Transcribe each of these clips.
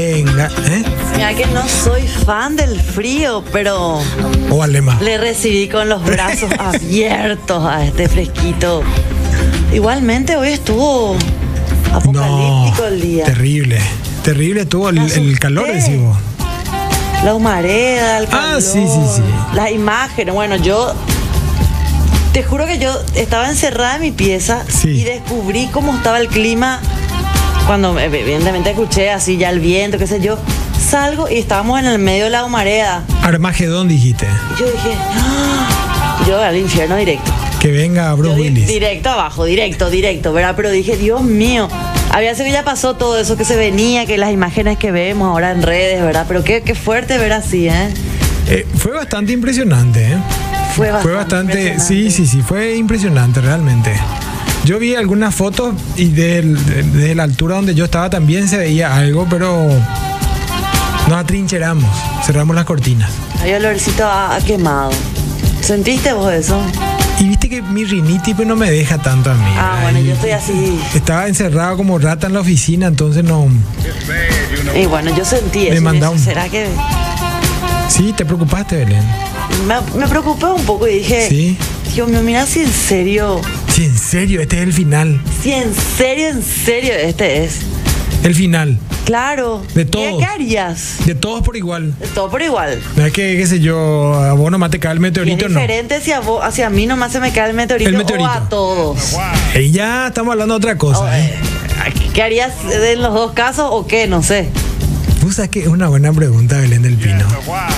Venga, ¿eh? Mira que no soy fan del frío, pero O alemán. le recibí con los brazos abiertos a este fresquito. Igualmente hoy estuvo No, apocalíptico el día. terrible. Terrible tuvo el, Me el calor, asusté. decimos. La humareda, el calor. Ah, sí, sí, sí. Las imágenes. Bueno, yo te juro que yo estaba encerrada en mi pieza Sí. y descubrí cómo estaba el clima cuando eh, evidentemente escuché así ya el viento, qué sé yo. Salgo y estábamos en el medio de la humareda. Armagedón dijiste. Y yo dije, "Ah". yo al infierno directo. Que venga Yo Bruce di- Willis. Directo abajo, directo, directo, ¿verdad? Pero dije, Dios mío, había sido que ya pasó todo eso que se venía, que las imágenes que vemos ahora en redes, ¿verdad? Pero qué, qué fuerte ver así, ¿eh? Eh, fue bastante impresionante, ¿eh? Fue bastante sí, impresionante. sí, sí, fue impresionante realmente. Yo vi algunas fotos y del- de, de la altura donde yo estaba también se veía algo, pero nos atrincheramos, cerramos las cortinas. Había olorcito a, a quemado. ¿Sentiste vos eso? Y viste que mi rinitis pues, no me deja tanto a mí. ¿eh? Ah, ¿verdad? bueno, Y- yo estoy así. Estaba encerrado como rata en la oficina, entonces no. Y bueno, yo sentí eso. y mandá dije, un- ¿Será que...? Sí, te preocupaste, Belén. Me, me preocupé un poco y dije, Sí. Dios mío, mira si en serio, Sí, en serio, este es el final. si en serio, en serio este es. El final. Claro. De ¿Qué- todos. ¿Qué harías? De todos por igual. De todo por igual. No es que, qué sé yo, a vos nomás te cae el Y es meteorito, no. diferente hacia vos, hacia mí nomás se me cae el meteorito, El meteorito. o a todos. Y ya estamos hablando de otra O, cosa, eh, ¿eh? ¿Qué harías en los dos casos o qué? No sé. Vos sabés que es una buena pregunta, Belén del Pino.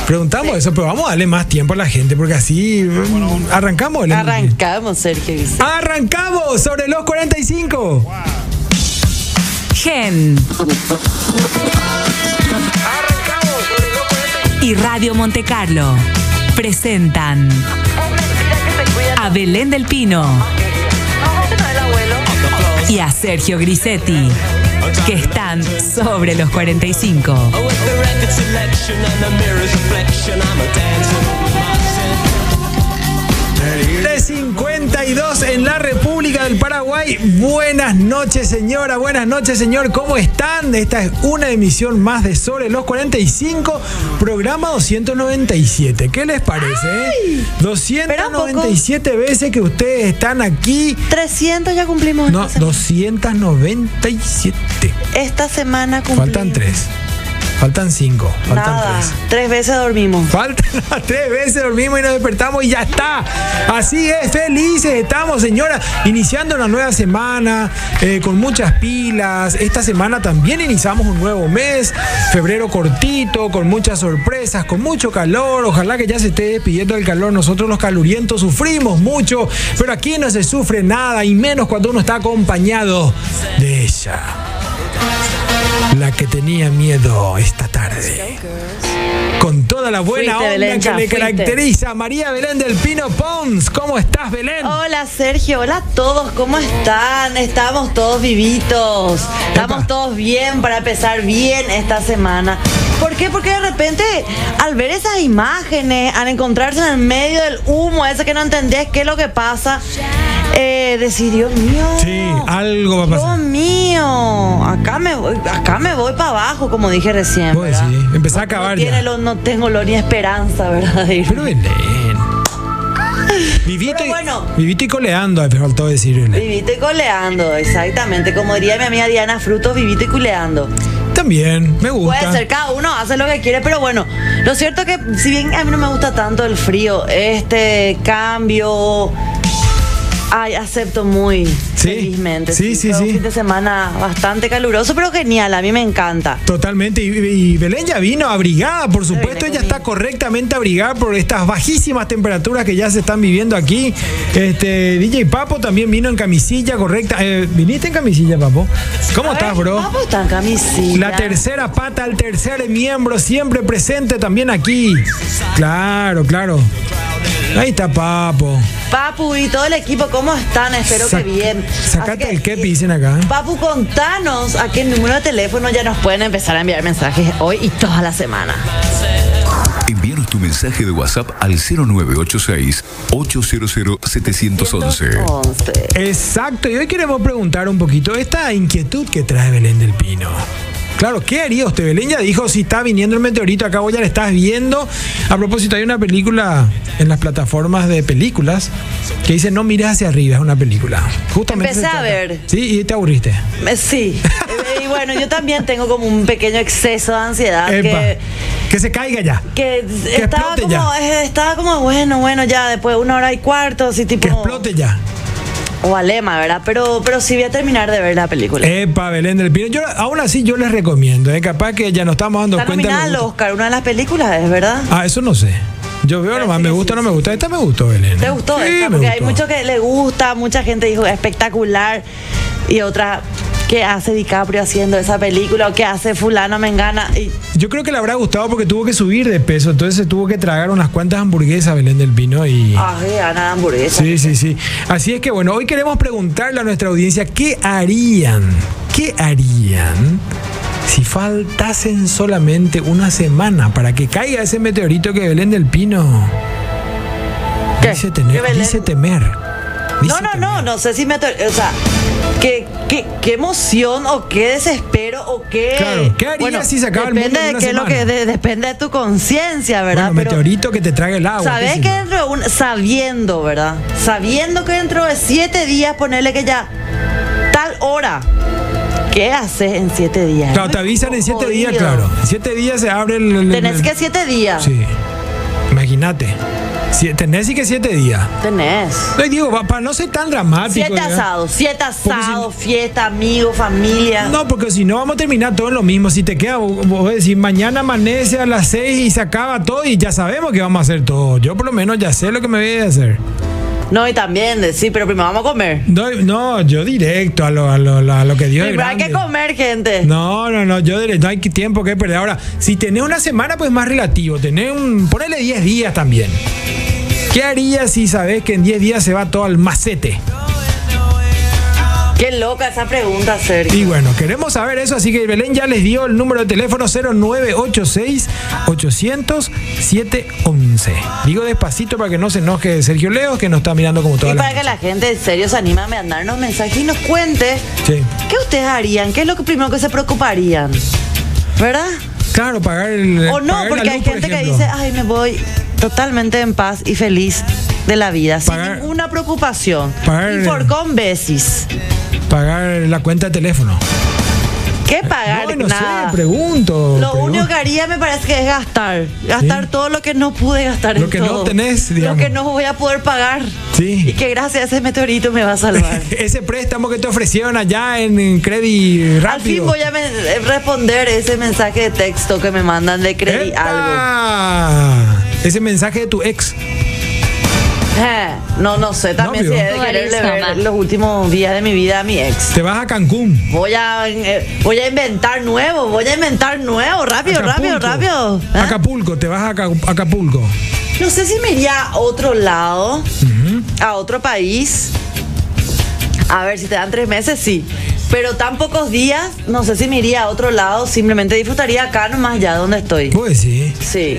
Preguntamos eso, pero vamos a darle más tiempo a la gente, porque así mm, arrancamos, Belén. del Pino. Arrancamos, Sergio Vicente. Arrancamos sobre los 45. Gen y Radio Monte Carlo presentan a Belén del Pino y a Sergio Grisetti, que están sobre los 45. Oh, it's the record selection and the mirror's reflection. I'm a dancer with myself. De 52 en la República del Paraguay. Buenas noches, señora. Buenas noches, señor. ¿Cómo están? Esta es una emisión más de Sobre los 45, programa 297. ¿Qué les parece? eh? Espera un poco. 297 veces que ustedes están aquí. 300 ya cumplimos. No, esta, sema- 297. esta semana cumplimos. Faltan tres. Faltan cinco. Faltan Nada. tres. Tres veces dormimos. Faltan las tres veces, dormimos y nos despertamos y ya está. Así es, felices estamos, señora. Iniciando una nueva semana eh, con muchas pilas. Esta semana también iniciamos un nuevo mes. Febrero cortito, con muchas sorpresas, con mucho calor. Ojalá que ya se esté despidiendo del calor. Nosotros los calurientos sufrimos mucho, pero aquí no se sufre nada y menos cuando uno está acompañado de ella. La que tenía miedo esta tarde con toda la buena Fuiste, onda Belén, que ya, le fuiste. caracteriza María Belén del Pino Pons. ¿Cómo estás, Belén? Hola Sergio, hola a todos, ¿cómo están? Estamos todos vivitos, Epa. estamos todos bien para empezar bien esta semana. ¿Por qué? Porque de repente al ver esas imágenes, al encontrarse en el medio del humo, ese que no entendés qué es lo que pasa, eh, decís, Dios mío. Sí, algo va a Dios pasar. mío, acá me voy, acá me voy para abajo, como dije recién. Vos ¿verdad? decís, empezá a No acabar tiene ya. lo- no tengo lo, ni esperanza, ¿verdad? de irme. Pero Belén. Vivito, Pero y- bueno. vivito y coleando, me faltó decir, Belén. Vivito y coleando, exactamente. Como diría mi amiga Diana Frutos, vivito y coleando. También, me gusta. Puede ser, cada uno hace lo que quiere, pero bueno, lo cierto que si bien a mí no me gusta tanto el frío, este cambio... Ay, acepto muy felizmente. sí, sí, fue un sí. fin de semana bastante caluroso, pero genial, a mí me encanta. Totalmente, y, y Belén ya vino abrigada, por supuesto, vine ella con está correctamente abrigada por estas bajísimas temperaturas que ya se están viviendo aquí. Este DJ Papo también vino en camisilla correcta. Eh, ¿Viniste en camisilla, Papo? ¿Cómo estás, bro? Vamos tan camisilla. La tercera pata, el tercer miembro, siempre presente también aquí. Claro, claro. Ahí está Papo. Papu y todo el equipo, ¿cómo están? Espero Sac- que bien. sacate Así el kepi, dicen acá. Papu, contanos a qué número de teléfono ya nos pueden empezar a enviar mensajes hoy y toda la semana. Envíanos tu mensaje de WhatsApp al 0986 800 711. 11. Exacto, y hoy queremos preguntar un poquito esta inquietud que trae Belén del Pino. Claro, ¿qué haría usted? Belén ya dijo, si está viniendo el meteorito acá, vos ya le estás viendo. A propósito, hay una película en las plataformas de películas que dice, no mires hacia arriba, es una película. Justamente. Empecé se a trata. ver. Sí, y te aburriste. Eh, Sí. Eh, y bueno, yo también tengo como un pequeño exceso de ansiedad Epa, que... que se caiga ya. Que, estaba explote como, ya. eh, estaba como, bueno, bueno, ya después de una hora y cuarto, así tipo. Que explote ya. O Alema, ¿verdad? Pero, pero sí voy a terminar de ver la película. Epa, Belén del Pino. Yo, aún así, yo les recomiendo. ¿eh? Capaz que ya nos estamos dando Está cuenta. me nominada al gusta. Oscar, una de las películas, es verdad. Ah, eso no sé. Yo veo nomás, sí me que gusta o sí, no me gusta. Esta me gustó, Belén. ¿Te ¿eh? gustó Sí, esta? me Porque hay gustó. mucho que le gusta, mucha gente dijo espectacular. Y otra, ¿qué hace DiCaprio haciendo esa película? ¿O qué hace Fulano Mengana? Y Yo creo que le habrá gustado porque tuvo que subir de peso, entonces se tuvo que tragar unas cuantas hamburguesas Belén del Pino y... ay, Ana de hamburguesa. Sí, sí, sí. Así es que bueno, hoy queremos preguntarle a nuestra audiencia qué harían, qué harían si faltasen solamente una semana para que caiga ese meteorito que Belén del Pino ¿Qué? dice tener, ¿Qué Belén? dice temer. dice No, no, temer. no, no sé si me... ator- O sea, qué, qué, qué emoción o qué desespero o qué... Claro, ¿qué harías si se acaba el mundo depende en de una qué es lo semana? que... de- depende de tu conciencia, Bueno, ¿verdad? meteorito que te trague el agua. Sabes sé que yo. dentro de un- sabiendo, ¿verdad? Sabiendo que dentro de siete días, ponerle que ya tal hora. ¿Qué haces en siete días? Claro, te avisan en siete días, Jodido. claro. En siete días se abre el... el- Tenés el- que siete días. Sí. Imagínate. Si- Tenés y que siete días. Tenés. No, y digo, pa- para no ser tan dramático. Siete ¿verdad? asados, siete Porque asados, fiesta, amigos, familia. No, porque si no vamos a terminar todo en lo mismo. Si te queda, vos vos decís, mañana amanece a las 6 y se acaba todo y ya sabemos que vamos a hacer todo. Yo por lo menos ya sé lo que me voy a hacer. No, y también decir, pero primero vamos a comer. No, no yo directo a lo, a lo, a lo que Dios es Primero hay que grande. comer, gente. No, no, no, yo de- no hay que- tiempo que perder. Ahora, si tenés una semana, pues más relativo. Tenés un. Ponele 10 días también. ¿Qué harías si sabés que en 10 días se va todo al macete? Qué loca esa pregunta, Sergio. Y bueno, queremos saber eso, así que Belén ya les dio el número de teléfono 0986 800 711. Digo despacito para que no se enoje Sergio Leo, que nos está mirando como toda Y la para que la gente en serio se anime a mandarnos mensajes y nos cuente Sí. qué ustedes harían, qué es lo que primero que se preocuparían, ¿verdad? Claro, pagar el O pagar no, la porque hay luz, por gente que ejemplo. dice, "Ah". ay, me voy totalmente en paz y feliz de la vida, Pagar- sin ninguna preocupación. Pagar- Y por con besis. pagar la cuenta de teléfono. ¿Qué pagar? no, no Nada. sé, pregunto. Lo pregunto. único que haría me parece que es gastar. Gastar Sí. todo lo que no pude gastar. Lo en que no todo. tenés, digamos. Lo que no voy a poder pagar. Sí. Y que gracias a ese meteorito me va a salvar. Ese préstamo que te ofrecieron allá en, en Credit Rápido. Al fin voy a men- eh, responder ese mensaje de texto que me mandan de Credit Algo. ¡Epa! Ese mensaje de tu ex. Eh, no, no sé, también Novio. si he de quererle ver los últimos días de mi vida a mi ex. Te vas a Cancún. Voy a, eh, voy a inventar nuevo, voy a inventar nuevo, rápido, rápido, rápido. ¿Eh? Acapulco, te vas a Aca- Acapulco. No sé si me iría a otro lado, a otro país. A ver, si te dan tres meses, sí. Pero tan pocos días, no sé si me iría a otro lado, simplemente disfrutaría acá nomás ya donde estoy. Pues sí. Sí.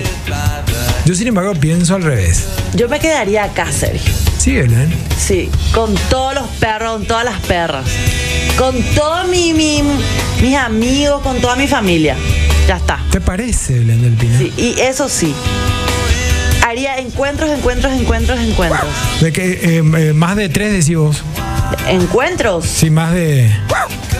Yo sin embargo pienso al revés. Yo me quedaría acá, Sergio. Sí, Belén. Sí, con todos los perros, con todas las perras. Con todos mi, mi- mis amigos, con toda mi familia. Ya está. ¿Te parece, Belén del Pino? Sí, y eso sí. Haría encuentros, encuentros, encuentros, encuentros. De que eh, eh, más de tres decís vos. Encuentros. Sí, más de.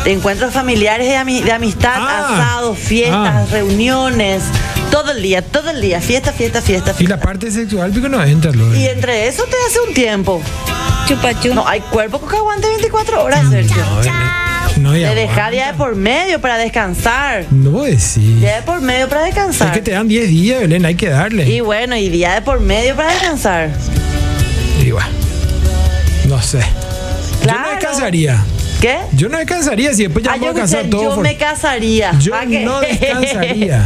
Encuentros familiares de, ami- de amistad, Ah. asados, fiestas, Ah. reuniones. Todo el día, todo el día. Fiesta, fiesta, fiesta, Y la fiesta. parte sexual, pico no entra, Lola. Y entre eso te hace un tiempo. Chupachu. No, hay cuerpo que aguante 24 Ah. horas, Sergio. No, Belén. No, ya. Te deja día de por medio para descansar. No vos decís. Día de por medio para Es descansar. que te dan 10 días, Belén, hay que darle. Y bueno, y día de por medio para descansar. Igual. No sé. Yo no Claro. descansaría. ¿Qué? Yo no descansaría si después ya Ah, me voy a yo cansar escuché, todo. yo por- me casaría. Yo ¿Pa' qué? no descansaría.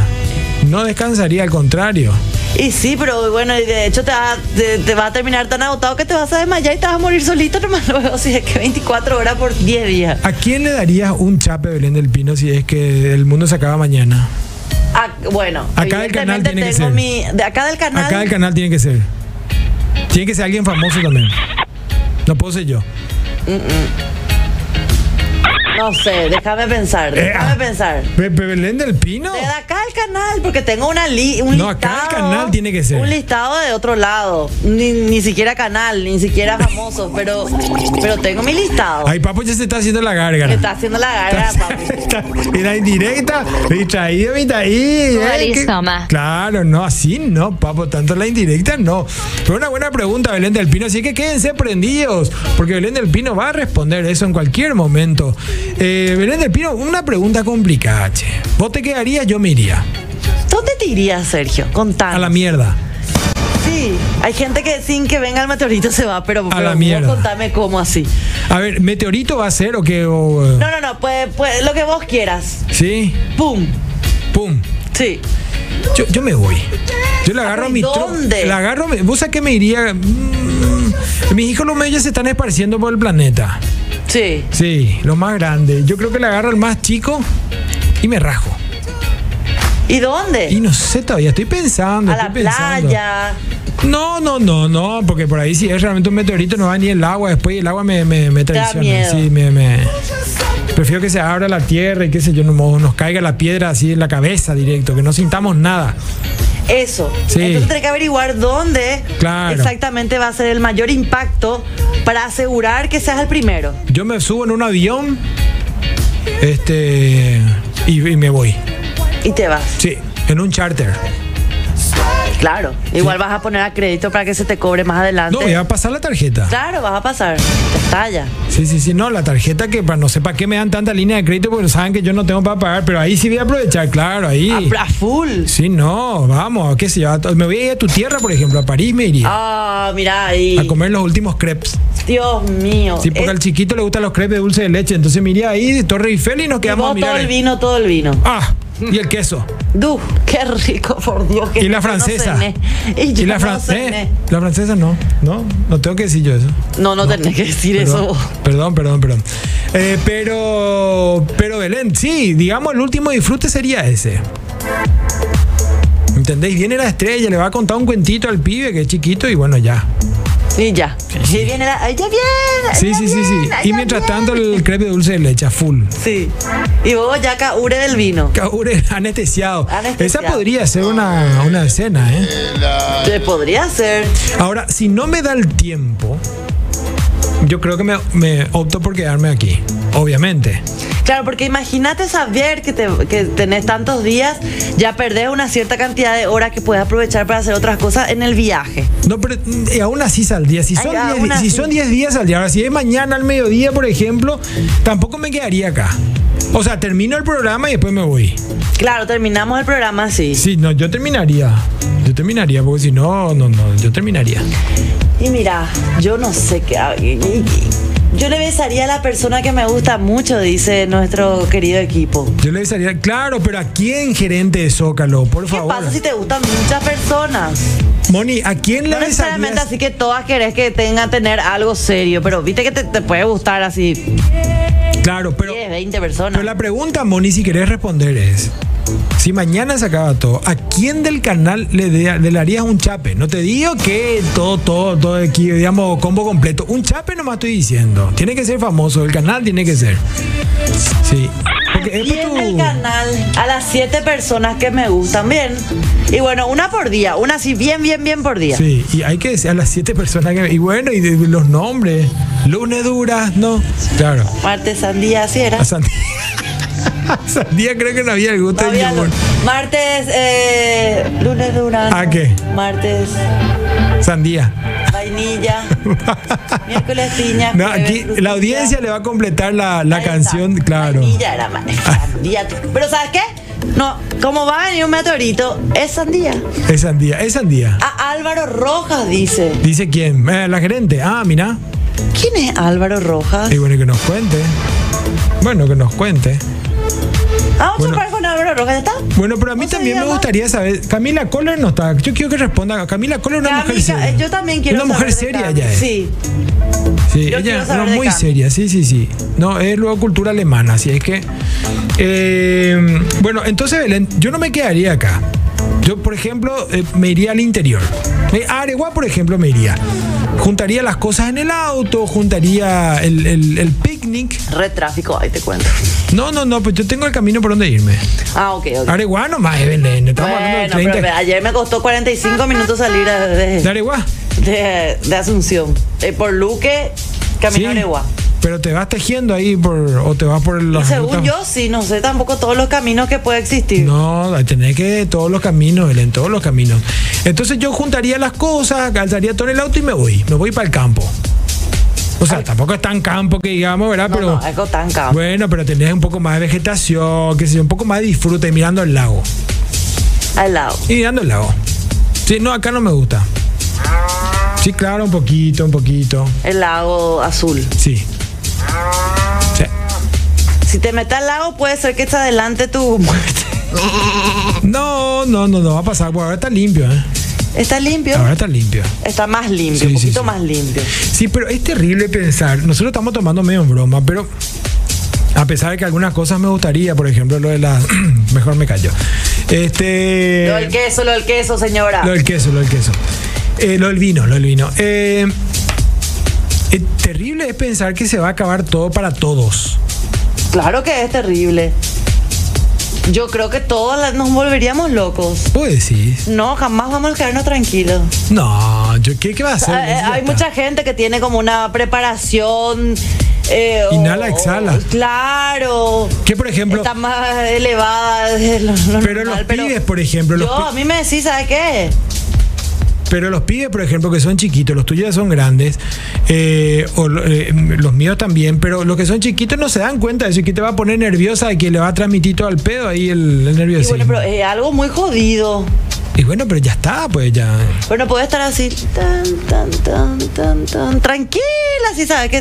No descansaría, al contrario. y sí, pero bueno, y de hecho te va, te, te va a terminar tan agotado que te vas a desmayar y te vas a morir solito nomás luego. Si es que 24 horas por 10 días. ¿A quién le darías un chape Belén del Pino si es que el mundo se acaba mañana? Ah, bueno, Acá del canal evidentemente tiene que tengo ser. mi. De acá del canal. Acá el canal tiene que ser. Tiene que ser alguien famoso también. No puedo ser yo. No sé, déjame pensar, Eh, déjame ah, pensar. Pepe Belén del Pino. De acá al canal, porque tengo una li- un No, listado. acá al canal tiene que ser. Un listado de otro lado. Ni, ni siquiera canal, ni siquiera famoso, pero, pero tengo mi listado. Ay, papo ya se está haciendo la gárgara. Me está haciendo la garra, papi. Está- Era indirecta, distraído, mi ahí. eh, que- Clarísoma. Claro, no, así no, papo, tanto la indirecta no. Pero una buena pregunta, Belén del Pino, así que quédense prendidos, porque Belén del Pino va a responder eso en cualquier momento. Eh, Belén del Pino, una pregunta complicada, che. ¿Vos te quedarías? Yo me iría. ¿Dónde te irías, Sergio? Contanos. A la mierda. Sí, hay gente que sin que venga el meteorito se va, pero, pero la vos mierda. contame cómo así. A ver, ¿meteorito va a ser o qué? O, eh, No, no, no, pues, pues lo que vos quieras. ¿Sí? ¡Pum! Pum. Sí. Yo, yo me voy. Yo le agarro a mi tro- ¿dónde? Le agarro. mi- ¿Vos a qué me iría? Mm, mis hijos los medios se están esparciendo por el planeta. Sí. Sí, lo más grande. Yo creo que le agarro al más chico y me rajo. ¿Y dónde? Y no sé todavía, estoy pensando. a la estoy pensando. playa. No, no, no, no, porque por ahí si es realmente un meteorito no va ni el agua, después el agua me, me, me da traiciona. miedo. Sí, me, me- Prefiero que se abra la tierra y qué sé yo, no- nos caiga la piedra así en la cabeza directo, que no sintamos nada. Eso. Sí. Entonces tenés que averiguar dónde Claro. exactamente va a ser el mayor impacto para asegurar que seas el primero. Yo me subo en un avión este y, y me voy. Y te vas. Sí, en un charter. Claro. Igual vas a poner a crédito para que se te cobre más adelante. No, voy a pasar la tarjeta. Claro, vas a pasar. Ya está ya. Sí, sí, sí, no, la tarjeta que para no sé para qué me dan tanta línea de crédito porque saben que yo no tengo para pagar, pero ahí sí voy a aprovechar, claro, ahí. A, a full. Sí, no, vamos, qué sé yo, a to- me voy a ir a tu tierra, por ejemplo, a París me iría Ah, a mira ahí. comer los últimos crepes. Dios mío. Sí, porque Eh, al chiquito le gustan los crepes de dulce de leche, entonces me iría ahí de Torre Eiffel y nos y quedamos a vos todo mirar. el ahí. vino, todo el vino. Ah, y el queso. Du, qué rico, por Dios. Que Y la yo no francesa. cené. y, yo Y la, no fran- cené. eh, la francesa no, no, no tengo que decir yo eso. No, no, tenés que decir eso. Perdón, vos. perdón, perdón. perdón. Eh, pero, pero Belén, sí, digamos el último disfrute sería ese. ¿Entendéis? Viene la estrella, le va a contar un cuentito al pibe que es chiquito y bueno, ya. Y ya. Y viene la. ¡Ay, ya viene! Sí, ya sí, sí, sí. viene, ay, Y ya mientras viene. tanto el crepe de dulce de leche, a full. Sí. Y vos ya caure del vino. Caure anestesiado. Anestesiado. Esa podría ser una, una escena, ¿eh? Te podría ser. Ahora, si no me da el tiempo, yo creo que me, me opto por quedarme aquí, obviamente. Claro, porque imagínate saber que, te- que tenés tantos días, ya perdés una cierta cantidad de horas que puedes aprovechar para hacer otras cosas en el viaje. No, pero mm, y aún así saldría. Si Ay, son aún 10 si así. son 10 días al día, ahora si es mañana al mediodía, por ejemplo, tampoco me quedaría acá. O sea, termino el programa y después me voy. Claro, terminamos el programa así. Sí, no, yo terminaría. Yo terminaría, porque si no, no, no, yo terminaría. Y mira, yo no sé qué. Yo le besaría a la persona que me gusta mucho, dice nuestro querido equipo. Yo le desearía, claro, pero ¿a quién gerente de Zócalo? Por ¿Qué favor. pasa si te gustan muchas personas? Moni, ¿a quién le No necesariamente besarías? así que todas querés que tengan tener algo serio, pero viste que te, te puede gustar así Claro, pero, 10, 20 pero personas. la pregunta, Moni, si querés responder es. Si mañana se acaba todo, ¿a quién del canal le, de- le darías un chape? No te digo que todo, todo, todo aquí, digamos, combo completo. Un chape nomás estoy diciendo. Tiene que ser famoso, el canal tiene que ser. Sí. Porque es Y por en tu- el canal a las 7 personas que me gustan bien. Y bueno, una por día, una así bien, bien, bien por día. Sí, y hay que decir a las siete personas que... Y bueno, y de- los nombres. Lunes duras, ¿no? Claro. Martes sandía, así era. A Sandía. A Sandía creo que no había el gusto No del había yogur. lu- Martes, eh, lunes durante. ¿Ah, qué? Martes, Sandía. vainilla. miércoles piña. No, jueves aquí frutilla. la audiencia le va a completar la, la Ahí está. canción, claro. Ah. Vainilla era ma- sandía. Pero ¿sabes qué? No, como va a venir un meteorito, es sandía. Es Sandía, es Sandía. A Álvaro Rojas dice. Dice quién, Eh, la gerente. Ah, mira. ¿Quién es Álvaro Rojas? Y bueno, que nos cuente. Bueno, que nos cuente. Vamos bueno. a jugar con Álvaro Rojas, ¿ya está? Bueno, pero a mí ¿Cómo se también me llama? gustaría saber. Camila Kohler no está. Yo quiero que responda. Camila Kohler es una mujer Cami, ca- seria. eh, Yo también quiero Una mujer saber de seria Cami. ella es. Sí. Sí, Yo ella quiero es saber de muy Cami. seria, sí, sí, sí. No, es luego cultura alemana, así es que. eh, bueno, entonces Belén, yo no me quedaría acá. Yo, por ejemplo, eh, me iría al interior. Eh, a Areguá, por ejemplo, me iría. Juntaría las cosas en el auto, juntaría el, el- el picnic. Red tráfico, ahí te cuento. No, no, no, pues yo tengo el camino por donde irme. Ah, ok, ok. Areguá nomás, es Belén. Estamos hablando de Bueno, 30. pero ayer me costó 45 minutos salir de, ¿De de, Areguá? de- de Asunción. Eh, por Luque, camino a Aregua. Pero te vas tejiendo ahí por, o te vas por los. Según yo, sí, no sé tampoco todos los caminos que puede existir. No, tenés que todos los caminos, Belén, todos los caminos. Entonces yo juntaría las cosas, calzaría todo en el auto y me voy. Me voy para el campo. O sea, tampoco es tan campo que digamos, ¿verdad? No, pero no, algo tan cabrón. Bueno, pero tenés un poco más de vegetación, que sé yo, un poco más de disfrute y mirando el lago. Al lado. Y mirando el lago. Sí, no, acá no me gusta. Sí, claro, un poquito, un poquito. El lago azul. Sí. Sí. Si te metes al lago, puede ser que te adelante tu muerte. No, no, no, no va a pasar. Bueno, ahora está limpio, ¿eh? ¿Está limpio? Ahora está limpio. Está más limpio, Sí, un sí, poquito sí. más limpio. Sí, pero es terrible pensar. Nosotros estamos tomando medio en broma, pero a pesar de que algunas cosas me gustaría, por ejemplo, lo de la. mejor me callo. Este. Lo del queso, lo del queso, señora. Lo del queso, lo del queso. Eh, lo del vino, lo del vino. Eh, eh, terrible es pensar que se va a acabar todo para todos. Claro que es terrible. Yo creo que todos la- nos volveríamos locos. Pues decir? No, jamás vamos a quedarnos tranquilos. No, yo, ¿qué, qué va a hacer? Ah, eh, Ya hay está. mucha gente que tiene como una preparación. eh, o- Inhala, o- exhala. claro. Que por ejemplo. está más elevada de lo, lo Pero normal, los pibes, por ejemplo, los yo, pi- a mí me decís, ¿sabes qué? Pero los pibes, por ejemplo, que son chiquitos, los tuyos ya son grandes, eh, o lo- eh, los míos también, pero los que son chiquitos no se dan cuenta de eso y que te va a poner nerviosa de que le va a transmitir todo al pedo ahí el, el Y nerviosismo. bueno, pero es algo muy jodido. pero ya está, pues ya. Pero no podés estar así, tan, tan, tan, tan, tan, tranquila, así sabes que,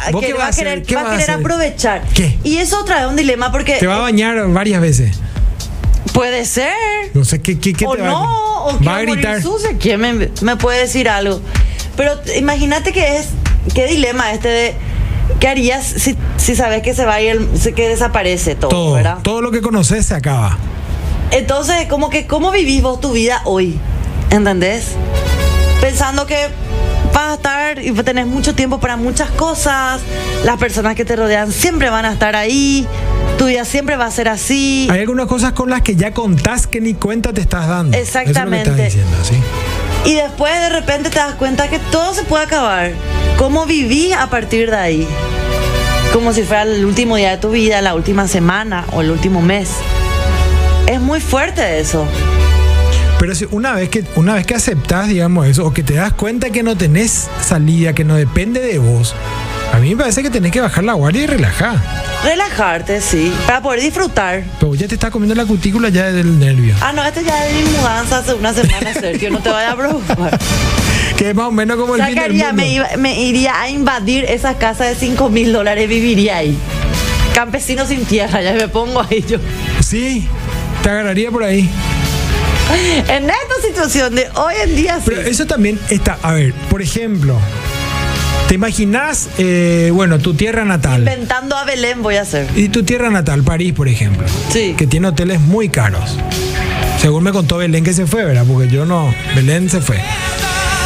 a- ¿Vos que qué va vas a a hacer? querer, ¿Qué va a vas a querer hacer? aprovechar. ¿Qué? Y eso trae un dilema porque Te va a bañar varias veces. puede ser, No sé qué, qué, qué o te va a- no, o va a quiero morir gritar. sucia. ¿Quién me, me puede decir algo? Pero t- imagínate que es, qué dilema este de, ¿qué harías si, si sabes que se va a ir, el- se- que desaparece todo, Todo, ¿verdad? todo lo que conoces se acaba. Entonces, como que, ¿cómo vivís vos tu vida hoy? ¿Entendés? Pensando que vas a estar y vas a tener mucho tiempo para muchas cosas, las personas que te rodean siempre van a estar ahí, tu vida siempre va a ser así. Hay algunas cosas con las que ya contás que ni cuenta te estás dando. Eso es lo que estás Exactamente. diciendo, ¿sí? Y después de repente te das cuenta que todo se puede acabar. ¿Cómo vivís a partir de ahí? Como si fuera el último día de tu vida, la última semana o el último mes. Es muy fuerte eso. Pero si una vez que una vez que aceptas, digamos, eso, o que te das cuenta que no tenés salida, que no depende de vos, a mí me parece que tenés que bajar la guardia y relajar. Relajarte, sí, para poder disfrutar. Pero vos ya te estás comiendo la cutícula ya del nervio. Ah, no, este ya es mi mudanza hace una semana, Sergio, no te vayas a preocupar. Que es más o menos como el fin del Sacaría, mundo. me, iba- me iría a invadir esa casa de 5 mil dólares, viviría ahí. Campesino sin tierra, ya me pongo ahí yo. Sí, te agarraría por ahí. En esta situación de hoy en día, sí. Pero eh, eso también está, a ver, por ejemplo, te imaginas, eh, bueno, tu tierra natal. Inventando a Belén voy a hacer. Y tu tierra natal, París, por ejemplo. Sí. Que tiene hoteles muy caros. Según me contó Belén que se fue, ¿verdad? Porque yo no. Belén se fue.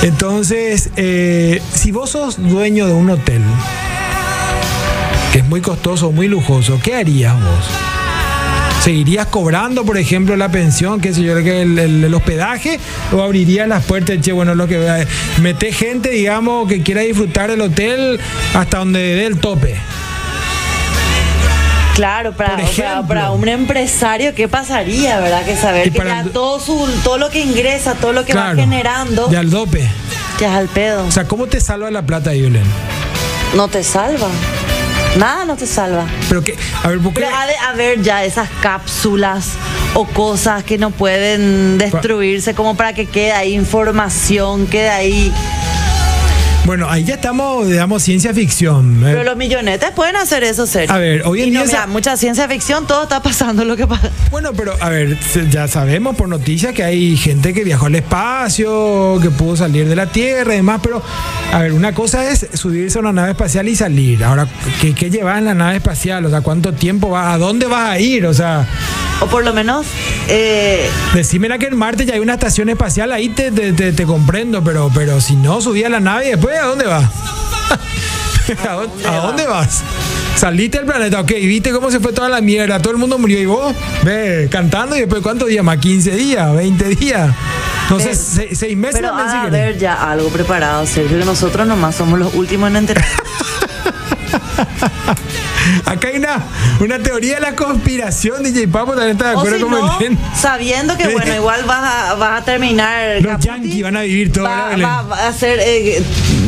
Entonces, eh, si vos sos dueño de un hotel que es muy costoso, muy lujoso, ¿qué harías vos? ¿Seguirías cobrando, por ejemplo, la pensión, qué sé yo, que el, el- el hospedaje? ¿O abrirías las puertas? Che, bueno, lo que vea. Mete gente, digamos, que quiera disfrutar del hotel hasta donde dé el tope. Claro, para, Por para- ejemplo. para un empresario, ¿qué pasaría, verdad? Que Y saber que para ya el- todo, su, todo lo que ingresa, todo lo que Claro, va generando, De ya, al dope. es al pedo. O sea, ¿cómo te salva la plata, Yulen? No te salva. Nada no te salva. Pero que, a ver, ¿por qué? Pero ha de haber ya esas cápsulas o cosas que no pueden destruirse como para que quede ahí información, quede ahí Bueno, ahí ya estamos, digamos, ciencia ficción. eh. Pero los millonetes pueden hacer eso, serio. A ver, hoy en Y no, día mira, esa- mucha ciencia ficción, todo está pasando lo que pasa. Bueno, pero a ver, se- ya sabemos por noticias que hay gente que viajó al espacio, que pudo salir de la Tierra y demás, pero a ver, una cosa es subirse a una nave espacial y salir. Ahora, ¿qué, qué llevas en la nave espacial? O sea, ¿cuánto tiempo vas? ¿A dónde vas a ir? O sea, O por lo menos, eh, decímela Pues que en Marte ya hay una estación espacial, ahí te, te- te- te comprendo, pero, pero si no, subí a la nave y después, ¿a dónde vas? ¿A, dónde, a dónde vas? Saliste del planeta, ok, viste cómo se fue toda la mierda, todo el mundo murió y vos, ve, cantando y después cuántos días más, 15 días, 20 días, no sé, Pero- se- seis meses pero también ha si de querés. haber ya algo preparado, Sergio, que nosotros nomás somos los últimos en enterar. Acá hay una, una teoría de la conspiración, DJ Papo también está de o acuerdo si con Oh, no, Belén. sabiendo que, bueno, igual vas a, vas a terminar... Los Caputi, yankees van a vivir todo, ¿verdad, Va, Belén? va- va a ser... eh,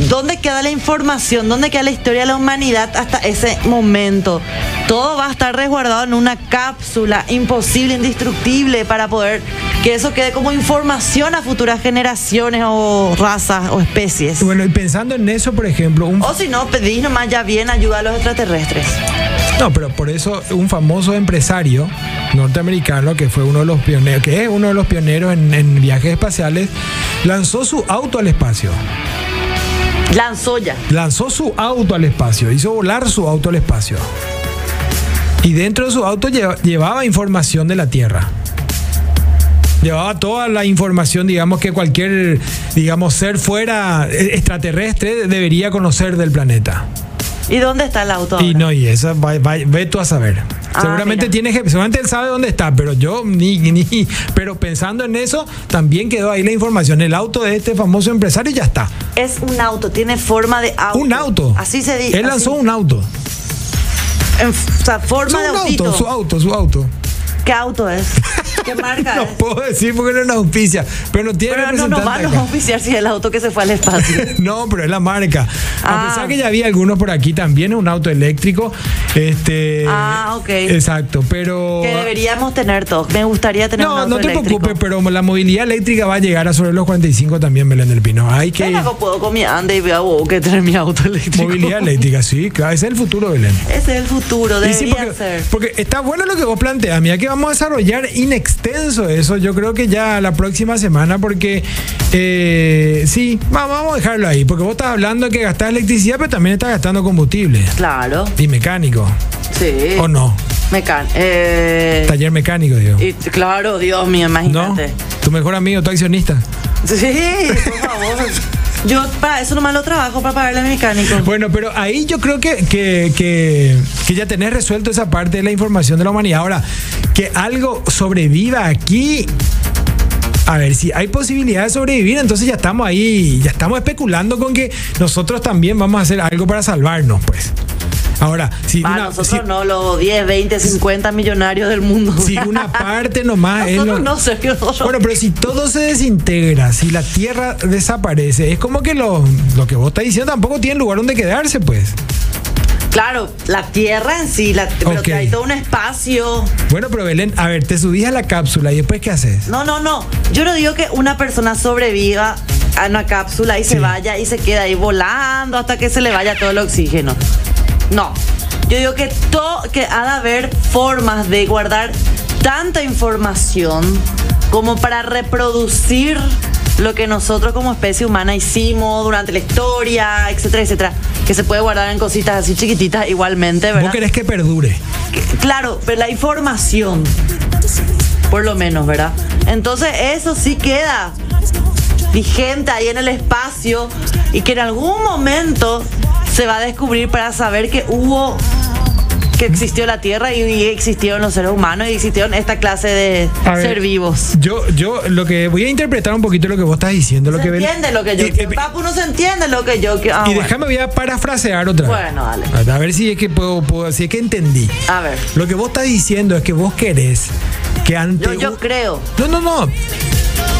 ¿Dónde queda la información? ¿Dónde queda la historia de la humanidad hasta ese momento? Todo va a estar resguardado en una cápsula imposible, indestructible, para poder que eso quede como información a futuras generaciones o razas o especies. Bueno, y pensando en eso, por ejemplo, un O si no, pedís nomás ya bien ayuda a los extraterrestres. No, pero por eso un famoso empresario norteamericano que fue uno de los pioneros, que es uno de los pioneros en, en viajes espaciales, lanzó su auto al espacio. Lanzó ya. Lanzó su auto al espacio, hizo volar su auto al espacio. Y dentro de su auto lleva- llevaba información de la Tierra. Llevaba toda la información, digamos, que cualquier, digamos, ser fuera eh, extraterrestre debería conocer del planeta. ¿Y dónde está el auto? Y ahora? no, y esa va, va- ve tú a saber. Ah, seguramente mira. tiene que- seguramente él sabe dónde está, pero yo ni, ni pero pensando en eso, también quedó ahí la información. El auto de este famoso empresario y ya está. Es un auto, tiene forma de auto. Un auto. Así se dice. Él lanzó así. un auto. En f- o sea, Su, forma de un autito. auto, su auto, su auto. ¿Qué auto es? ¿Qué marca No es? puedo decir porque no es una auspicia, pero no tiene Pero no representante nomás nos acá. va a oficiar si es el auto que se fue al espacio. No, pero es la marca. A Ah. pesar que ya había algunos por aquí también, es un auto eléctrico. Este, Ah, ok. Exacto, pero. que deberíamos tener todos. Me gustaría tener un No, auto no te eléctrico. preocupes, pero la movilidad eléctrica va a llegar a sobre los 45 también, Belén del Pino. Hay que... Ven acá, puedo con mi ande y veo oh, que tener mi auto eléctrico. Movilidad eléctrica, sí, claro, ese es el futuro, Belén. Ese es el futuro, Y sí, debería porque, ser. porque está bueno lo que vos planteas. Mira que vamos a desarrollar in extenso eso. Yo creo que ya la próxima semana, porque eh, sí, va- vamos a dejarlo ahí. Porque vos estás hablando que gastás electricidad, pero también estás gastando combustible Claro, y mecánico. sí. ¿O no? Mecan. Eh, Taller mecánico, digo. y claro, Dios mío, ¿No? imagínate. Tu mejor amigo, tu accionista. Sí, por favor. Yo para eso nomás lo trabajo para pagarle a mi mecánico. Bueno, pero ahí yo creo que, que, que- que ya tenés resuelto esa parte de la información de la humanidad. Ahora, que algo sobreviva aquí. A ver, si hay posibilidad de sobrevivir, entonces ya estamos ahí, ya estamos especulando con que nosotros también vamos a hacer algo para salvarnos, pues. Ahora, si Para una, nosotros si- no, los 10, 20, 50 millonarios del mundo. si una parte nomás es nosotros lo- no, Sergio. nosotros- Bueno, pero si todo se desintegra, si la Tierra desaparece, es como que lo, lo que vos estás diciendo tampoco tiene lugar donde quedarse, pues. Claro, la tierra en sí, la, pero Ok. que hay todo un espacio. Bueno, pero Belén, a ver, te subís a la cápsula y después ¿qué haces? No, no, no. Yo no digo que una persona sobreviva a una cápsula y Sí. se vaya y se queda ahí volando hasta que se le vaya todo el oxígeno. No. Yo digo que to- que ha de haber formas de guardar tanta información como para reproducir lo que nosotros como especie humana hicimos durante la historia, etcétera, etcétera, que se puede guardar en cositas así chiquititas igualmente, ¿verdad? Vos querés que perdure. Que- Claro, pero la información. Por lo menos, ¿verdad? Entonces eso sí queda vigente ahí en el espacio y que en algún momento se va a descubrir para saber que hubo, que existió la Tierra y, y existieron los seres humanos y existieron esta clase de A ver, ser vivos. Yo, yo lo que voy a interpretar un poquito lo que vos estás diciendo, lo ¿Se que Belén- entiende lo que yo Y- quiero? y- Papu no se entiende lo que yo quiero. Ah, Y bueno. déjame voy a parafrasear otra vez. Bueno, dale. A- A ver si es que puedo, puedo- si es que entendí. A ver. Lo que vos estás diciendo es que vos querés que ante Yo, yo un- creo. No, no, no.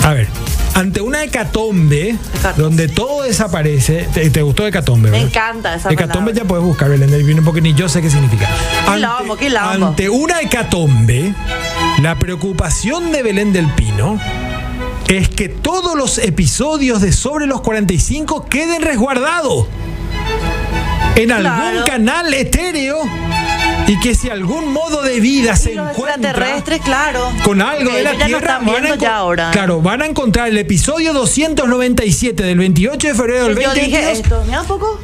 A ver, ante una hecatombe, Hecatombe. donde todo desaparece, te, te gustó hecatombe, Me ¿verdad? encanta esa Hecatombe palabra. ya puedes buscar, Belén del Pino, porque ni yo sé qué significa. Quilombo, quilombo. ante una hecatombe, la preocupación de Belén del Pino es que todos los episodios de Sobre los 45 queden resguardados en algún Claro. canal etéreo y que si algún modo de vida se Y los encuentra extraterrestres, claro. con algo Porque de la ellos ya Tierra, Lo están viendo encon- ya ahora. claro, van a encontrar el episodio 297 del 28 de febrero del Yo dije 2022 esto. Mira un poco.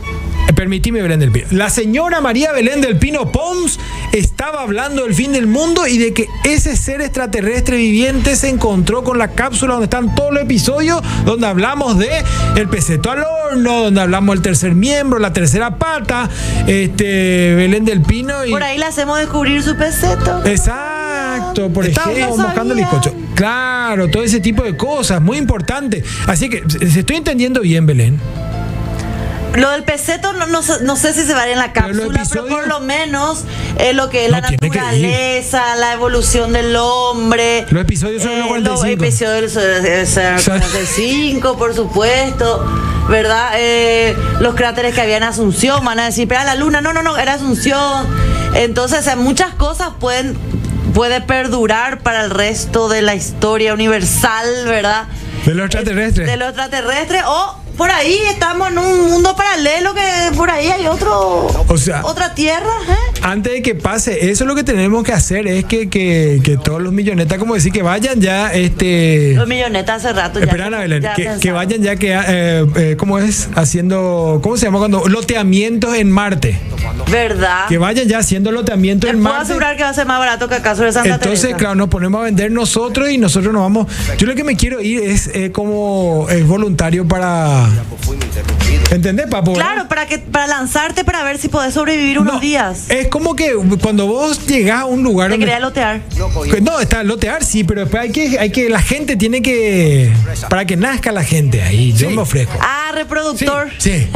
eh, Permitime, Belén del Pino. La señora María Belén del Pino Pons estaba hablando del fin del mundo y de que ese ser extraterrestre viviente se encontró con la cápsula donde están todos los episodios, donde hablamos de el peceto al horno, donde hablamos del tercer miembro, la tercera pata, este Belén del Pino y... Por ahí le hacemos descubrir su peseto. Exacto, por Estaba- ejemplo, no moscando el sabía. bizcocho. Claro, todo ese tipo de cosas, muy importante. Así que, ¿se se estoy entendiendo bien, Belén? Lo del peseto no, no sé- no sé si se va a ver en la Pero los cápsula, pero, episodios- por lo menos eh, lo que es No, la tiene que ir. naturaleza, la evolución del hombre. eh, Los episodios son los 45. Los episodios eh, son los 45, por supuesto. ¿Verdad? Eh, los cráteres que había en Asunción van a decir, pero era la luna, no, no, no, era Asunción. Entonces, o sea, muchas cosas pueden puede perdurar para el resto de la historia universal, ¿verdad? De los extraterrestres. De los extraterrestres o por ahí estamos en un mundo paralelo que por ahí hay otro O sea- otra tierra, ¿eh? Antes de que pase, eso lo que tenemos que hacer es que, que- que todos los millonetas, como decir, que vayan ya, este... Los millonetas hace rato ya. Esperan a Belén, ya que, pensaron. que vayan ya que, eh, eh, ¿cómo es? Haciendo, ¿cómo se llama cuando? Loteamientos en Marte. ¿Verdad? Que vayan ya haciendo loteamientos Te en Ah. puedo Marte. asegurar que va a ser más barato que acá sobre Santa Entonces, Teresa. claro, nos ponemos a vender nosotros y nosotros nos vamos. Yo lo que me quiero ir es eh, como es voluntario para. ¿Entendés, papo? Claro, para que para lanzarte para ver si podés sobrevivir unos No, eh, días. Es como que cuando vos llegás a un lugar Te donde- quería lotear. Que No, está lotear, sí, pero después hay que, hay que, la gente tiene que, para que nazca la gente ahí, yo me ofrezco. Ah, reproductor. Sí.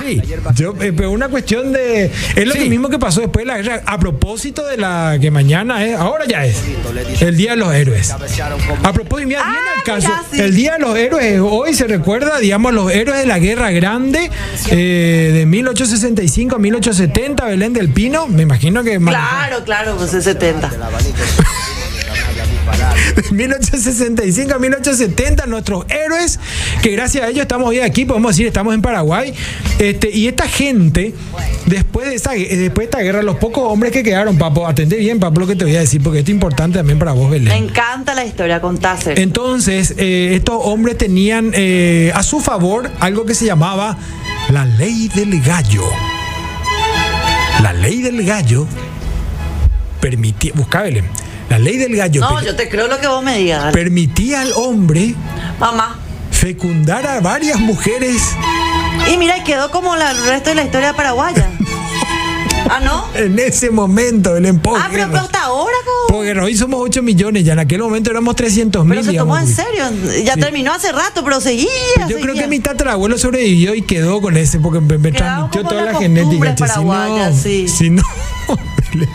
Sí, yo, eh, pero una cuestión de. Es lo que mismo que pasó después de la guerra. A propósito de la que mañana es. Ahora ya es. El Día de los Héroes. A propósito, mira, bien Ah, al caso. mira, sí. El Día de los Héroes hoy se recuerda, digamos, a los héroes de la Guerra Grande eh, de 1865 a 1870. Belén del Pino, me imagino que. Claro, claro, pues es 70. 1865 a 1870, nuestros héroes, que gracias a ellos estamos hoy aquí, podemos decir, estamos en Paraguay. Este, y esta gente, después de, esa, eh, después de esta guerra, los pocos hombres que quedaron, papo, atende bien, papo, lo que te voy a decir, porque esto es importante también para vos, Me Belén. encanta la historia con Taser. Entonces, eh, estos hombres tenían eh, a su favor algo que se llamaba la ley del gallo. La ley del gallo permitía, busca Belén, la ley del gallo No, per- yo te creo lo que vos me digas. permitía al hombre Mamá. fecundar a varias mujeres Y mira, quedó como la- el resto de la historia paraguaya. ¿Ah, no? en ese momento, el empogue. Ah, pero, pero hasta ahora, co- Porque hoy somos 8 millones, ya en aquel momento éramos 300 mil. Pero se tomó en digamos. serio. Ya terminó hace rato, pero seguía. Yo creo seguía. que mi tatarabuelo sobrevivió y quedó con ese, porque me, me Quedamos transmitió como toda las la genética. costumbres che, Si no, paraguayas, sí. si no, le- le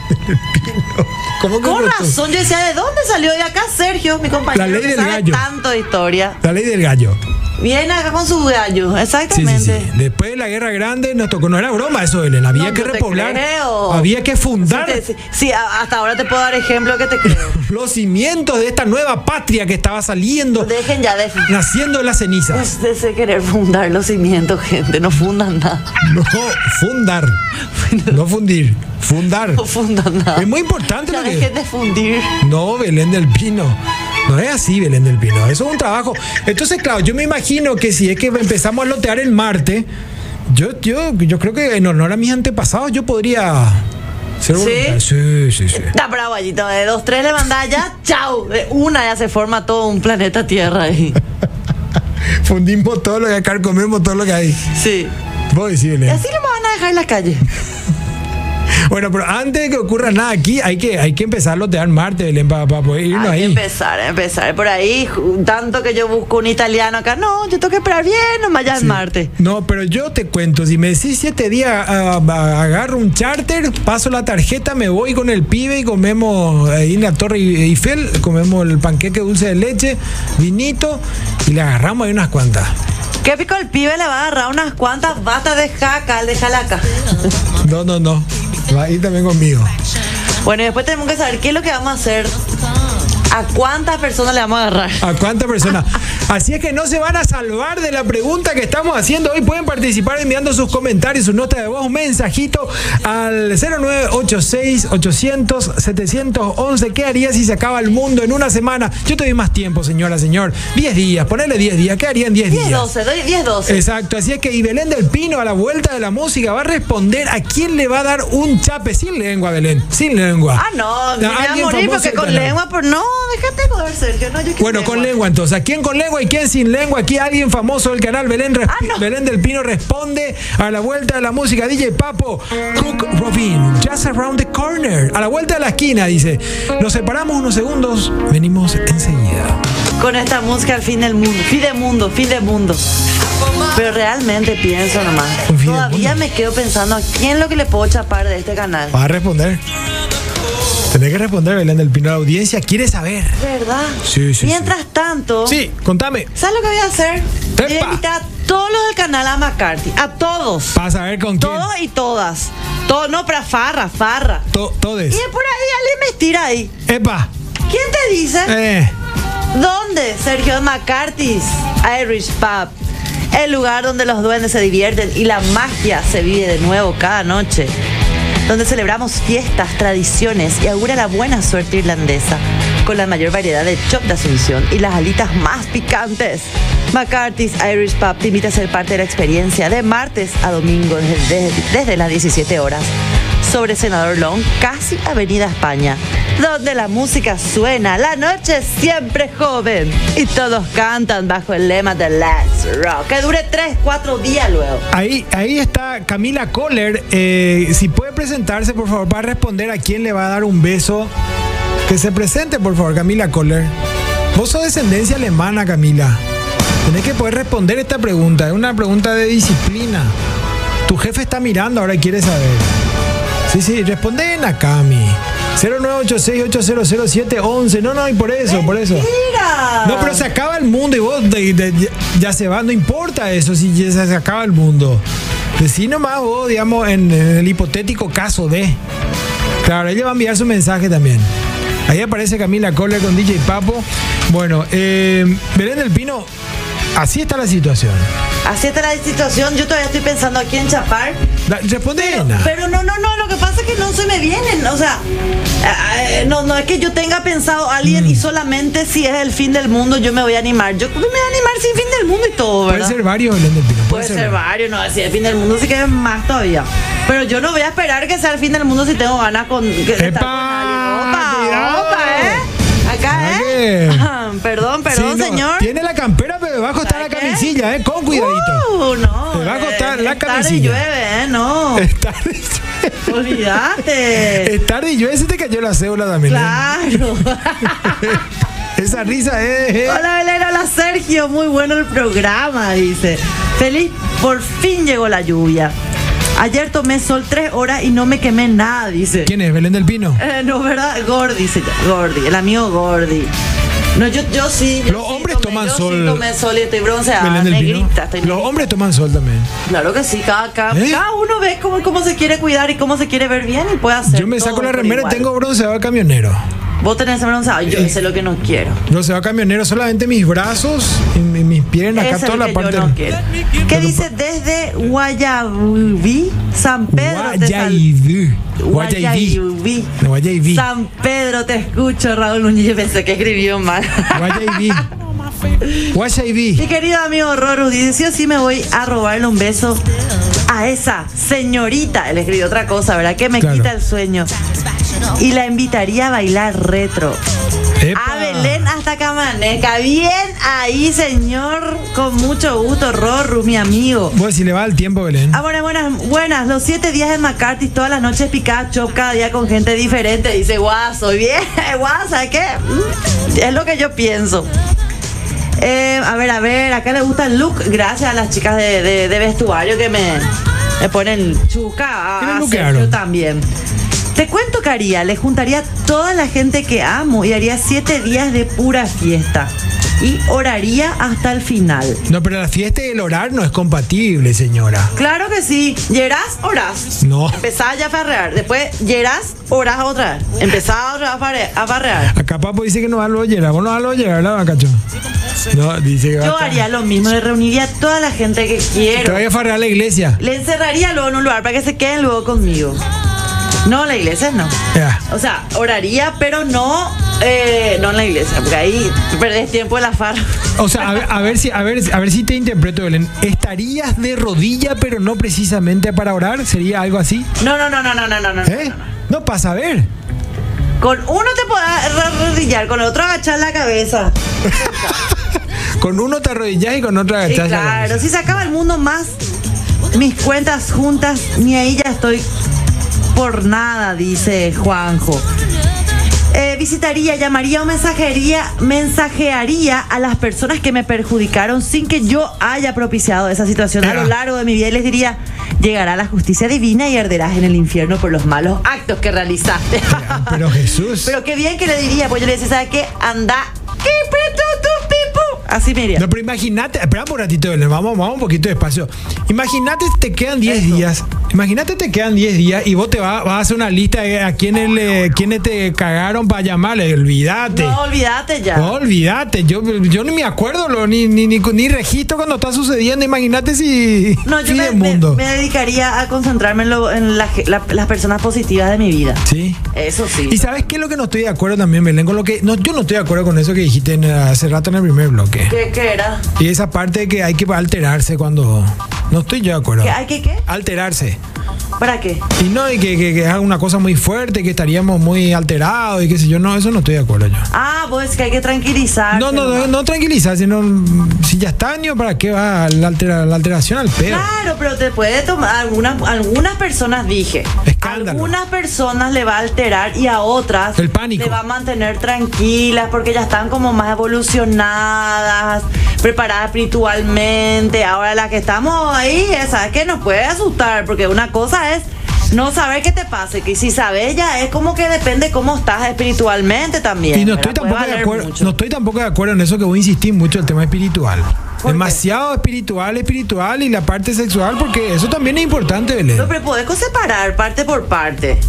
pido. ¿Cómo que Con no tú? razón, yo decía, ¿de dónde salió? Y acá Sergio, mi compañero, ley que del sabe gallo. tanto de historia. La ley del gallo. Viene acá con su gallo, Sí, sí, exactamente. sí. Después de la guerra grande nos tocó. No era broma eso, Belén. Había No, que yo te repoblar. creo. Había que fundar. Sí, te- sí, sí, a- hasta ahora te puedo dar ejemplo que te creo. los cimientos de esta nueva patria que estaba saliendo, Dejen ya de, naciendo en las cenizas. de ese querer fundar los cimientos, gente. No fundan nada. No, fundar. No fundir, fundar. No fundan nada. Es muy importante Ya lo dejen que... de fundir. No, Belén del Pino. No es así, Belén del Pino. Eso es un trabajo. Entonces, claro, yo me imagino que si es que empezamos a lotear el martes, yo, yo, yo creo que en honor a mis antepasados yo podría... Ser ¿Sí? voluntario. sí, sí, sí. Está bravo, Gallito. De dos, tres le mandás ya, chao. De una ya se forma todo un planeta Tierra ahí. Fundimos todo lo que hay, carcomemos todo lo que hay. Sí. Voy, sí, Y Belén. así lo van a dejar en la calle. Bueno, pero antes de que ocurra nada aquí, hay que, hay que empezar a lotear Marte, Belén, para, poder irnos Hay que ahí. empezar, empezar. Por ahí, ju- tanto que yo busco un italiano acá. No, yo tengo que esperar bien, nomás ya es Marte. No, pero yo te cuento, si me decís siete días, ah, ah, agarro un charter, paso la tarjeta, me voy con el pibe y comemos ahí en la Torre Eiffel, comemos el panqueque dulce de leche, vinito, y le agarramos ahí unas cuantas. Qué pico el pibe le va a agarrar unas cuantas batas de jacal, de jalaca. No, no, no. Va a ir también conmigo. Bueno, y después tenemos que saber qué es lo que vamos a hacer ¿A cuántas personas le vamos a agarrar? ¿A cuántas personas? Así es que no se van a salvar de la pregunta que estamos haciendo hoy. Pueden participar enviando sus comentarios, sus notas de voz, un mensajito al 0986-800-711. ¿Qué haría si se acaba el mundo en una semana? Yo te doy más tiempo, señora, señor. 10 días, ponele 10 días. ¿Qué haría en 10 días? 10, 12, doy 10, 12. Exacto, así es que y Belén del Pino a la vuelta de la música va a responder a quién le va a dar un chape sin lengua, Belén, sin lengua. Ah, no, me voy a alguien morir famoso porque del con canal. lengua, pero no, déjate joder, Sergio. No, yo quiero Bueno, con lengua entonces. ¿A quién con lengua y quién sin lengua? Aquí alguien famoso del canal Belén, resp- Ah, no. Belén del Pino responde a la vuelta de la música. DJ Papo, Cook Robin, Just Around the Corner, a la vuelta de la esquina, dice. Nos separamos unos segundos, venimos enseguida. Con esta música al fin del mundo, fin del mundo, fin del mundo. Pero realmente pienso nomás. Un fin del Todavía mundo. Ah. me quedo pensando a quién es lo que le puedo chapar de este canal. Va a responder. Tenés que responder, Belén del Pino. La audiencia quiere saber. ¿Verdad? Sí, sí, Mientras tanto, Sí, contame. ¿sabes lo que voy a hacer? Voy a Epa. invitar a todos los del canal a McCarthy. A todos. Vas a ver con quién. Todos y todas. Todos, no, para farra, farra. To- Y todes. es por ahí, alguien me estira ahí. Epa. ¿Quién te dice? Eh. ¿Dónde? Sergio McCarthy's Irish Pub. El lugar donde los duendes se divierten y la magia se vive de nuevo cada noche. Donde celebramos fiestas, tradiciones y augura la buena suerte irlandesa. Con la mayor variedad de chop de Asunción y las alitas más picantes. McCarthy's Irish Pub te invita a ser parte de la experiencia de martes a domingo desde, desde las 17 horas sobre Senador Long, casi Avenida España, donde la música suena, la noche siempre joven y todos cantan bajo el lema de Let's Rock, que dure 3, 4 días luego. Ahí, ahí está Camila Kohler. Eh, si puede presentarse, por favor, para responder a quién le va a dar un beso. Que se presente, por favor, Camila Kohler. Vos sos descendencia alemana, Camila. Tenés que poder responder esta pregunta. Es una pregunta de disciplina. Tu jefe está mirando ahora y quiere saber. Sí, sí, responde en Akami. 0986-800-711. No, no, y por eso, por eso. Mira. No, pero se acaba el mundo y vos de- de- ya- ya se va, no importa eso si ya se, se acaba el mundo. Decí nomás vos, digamos, en, en el hipotético caso de. Claro, ella va a enviar su mensaje también. Ahí aparece Camila Kohler con DJ Papo. Bueno, eh, Belén del Pino, así está la situación. Así está la situación, yo todavía estoy pensando aquí en chapar. Da- responde, Elena. Pero no, no, no, lo que pasa es que no se me vienen, o sea, eh, eh, no, no es que yo tenga pensado a alguien Mm. y solamente si es el fin del mundo yo me voy a animar. Yo me voy a animar sin fin del mundo y todo, ¿verdad? Puede ser varios, Belén del Pino. Puede ser varios, no, si el fin del mundo sí que es más todavía. Pero yo no voy a esperar que sea el fin del mundo si tengo ganas con, que- de estar ¡Epa! con alguien. Opa, ¡Cuidado! opa, ¿eh? Acá, Dale. ¿eh? Ajá, Perdón, Sí, perdón, no, señor. Tiene la campera, pero debajo está la ¿Sabes qué? camisilla, ¿eh? Con cuidadito. Uh, no. Debajo eh, está la es Tarde y camisilla. llueve, ¿eh? No. Está- Olvídate. Es tarde y yo ese te cayó la cédula también. ¿eh? claro. Esa risa eh, es. es- Hola Belén, hola Sergio, muy bueno el programa, dice. Feliz, por fin llegó la lluvia. Ayer tomé sol tres horas y no me quemé nada, dice. ¿Quién es? Belén del Pino. Eh, no, ¿verdad? Gordi, se llama, Gordi, el amigo Gordi. No, yo, yo sí. yo Los sí hombres tomé, toman yo sol. Sí tomé sol y estoy bronceada, Belén del Pino. Ah, negrita. Estoy Los negrita. hombres toman sol también. Claro que sí, cada, cada, ¿Eh? cada uno ve cómo, cómo se quiere cuidar y cómo se quiere ver bien y puede hacer. Yo me saco todo la por remera y igual. tengo Eh, bronceado camionero. Vos tenés bronceado, yo sé lo que no quiero. Bronceado camionero, solamente mis brazos y mi- mis piernas, acá Eso es toda lo la que parte. yo no quiero. ¿Qué dice desde Guayabibi, San Pedro te sal- Guayaibí. Guayaibí. Guayabibi. De Guayaibí. San Pedro te escucho, Raúl Núñez. Yo pensé que escribió mal. Guayaibí. Mi Guayaibí. querido amigo Roru dice, sí o sí me voy a robarle un beso a esa señorita. Él escribió otra cosa, ¿verdad? Que me Claro. quita el sueño. Y la invitaría a bailar retro. Epa. A Belén hasta que amanezca. Bien ahí, señor. Con mucho gusto, Roru, mi amigo. Vos, si le va el tiempo, Belén. Ah, buenas, buenas, buenas. Los siete días de McCarthy, todas las noches picadas, chop cada día con gente diferente. Dice, guau, soy bien, guau, ¿sabes qué? Mm, Es lo que yo pienso. Eh, a ver, a ver, acá le gusta el look. Gracias a las chicas de, de- de vestuario que me, me ponen chuca. ¿Qué le Ah, lookearon? Sergio también. Te cuento que haría, le juntaría toda la gente que amo y haría siete días de pura fiesta. y oraría hasta el final. No, pero la fiesta y el orar no es compatible, señora. Claro que sí. Llerás, orás. No. Empezás ya a farrear. Después llerás, orás otra vez. Empezás otra vez a, farre- a farrear. Acá Papo dice que no va a llegar. Vos no vas a llegar, ¿verdad, Bacacho? No, dice que va Yo a- haría lo mismo, le reuniría a toda la gente que Te quiero. voy a farrear a la iglesia. Le encerraría luego en un lugar para que se queden luego conmigo. No, la iglesia no. Ya. O sea, oraría, pero no, eh, no en la iglesia, porque ahí perdés tiempo en la farra. O sea, a ver, a ver si, a ver, a ver si te interpreto, Belén. ¿Estarías de rodilla, pero no precisamente para orar? ¿Sería algo así? No, no, no, no, no, no, no. no. ¿Eh? No, para saber. Con uno te podés arrodillar, con el otro agachar la cabeza. Con uno te arrodillas y con otro Sí, agachas. la claro, cabeza. si se acaba el mundo más, mis cuentas juntas, ni ahí ya estoy por nada, dice Juanjo. Eh, visitaría, llamaría o mensajería, mensajearía a las personas que me perjudicaron sin que yo haya propiciado esa situación a Era. lo largo de mi vida y les diría, llegará la justicia divina y arderás en el infierno por los malos actos que realizaste. Pero Jesús. Pero qué bien que le diría, pues yo le decía, ¿sabes qué? Anda, ¿qué peto tu pipu? Así me iría. No, pero imagínate, espera un ratito, Belén, vamos, vamos un poquito despacio. Imagínate te quedan 10 días. Imagínate te quedan 10 días y vos te vas, vas a hacer una lista de a quiénes, le, quiénes te cagaron para llamarle. Olvídate. No, olvídate ya. Olvídate, yo, yo ni me acuerdo, lo- ni, ni, ni, ni registro cuando está sucediendo. Imagínate si. No, yo fin me, del me- mundo. me dedicaría a concentrarme en, lo- en la ge- la- las personas positivas de mi vida. Sí. Eso sí. ¿Y sabes qué es lo que no estoy de acuerdo también, Belén? Con lo que, no, yo no estoy de acuerdo con eso que dijiste en- hace rato en el primer bloque. ¿Qué, qué era? Y esa parte que hay que alterarse cuando. No estoy yo de acuerdo. ¿Qué, hay que qué? Alterarse. ¿Para qué? Y no, y que, que, que es una cosa muy fuerte, que estaríamos muy alterados y qué sé yo. No, eso no estoy de acuerdo yo. Ah, pues que hay que tranquilizar. No, no, no, no tranquilizar, sino mm, si ya está año, ¿para qué va la, altera- la alteración al pedo? Claro, pero te puede tomar. Algunas, algunas personas dije. Escándalo. Algunas personas le va a alterar y a otras. El pánico. Le va a mantener tranquilas porque ya están como más evolucionadas, preparadas espiritualmente. Ahora las que estamos ahí, ¿sabes que Nos puede asustar porque una cosa es. No saber qué te pase, que si sabes ya es como que depende cómo estás espiritualmente también. Y no ¿verdad? estoy, Puede tampoco de valer acuerdo, mucho. no estoy tampoco de acuerdo en eso que vos insistís mucho el tema espiritual. ¿Por qué? Demasiado espiritual, espiritual y la parte sexual, porque eso también es importante, Belén. No, pero podés separar parte por parte.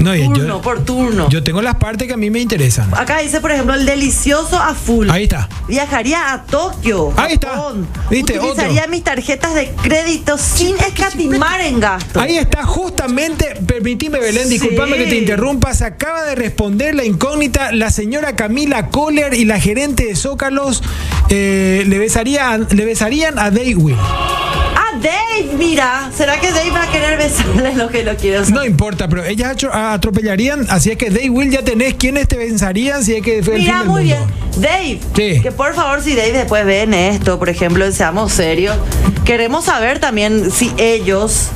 No, y Turno Eh, yo, por turno. yo tengo las partes que a mí me interesan. Acá dice, por ejemplo, el delicioso a full. Ahí está. Viajaría a Tokio. Ahí está. Japón. Viste, Utilizaría otro. mis tarjetas de crédito sin escatimar en gastos. Ahí está, justamente, permitime Belén, Sí. disculpame que te interrumpa, se acaba de responder la incógnita, la señora Camila Kohler y la gerente de Zócalos eh, le, besarían, le besarían a Daywill. Ah, Dave, mira. ¿Será que Dave va a querer besarle lo que lo quiero No importa, pero ellas atro- atropellarían, así es que Daywill ya tenés quiénes te besarían si es que fue el Mira, fin del muy mundo. bien. Dave, Sí. que por favor, si Dave después ven esto, por ejemplo, en seamos serios, queremos saber también si ellos.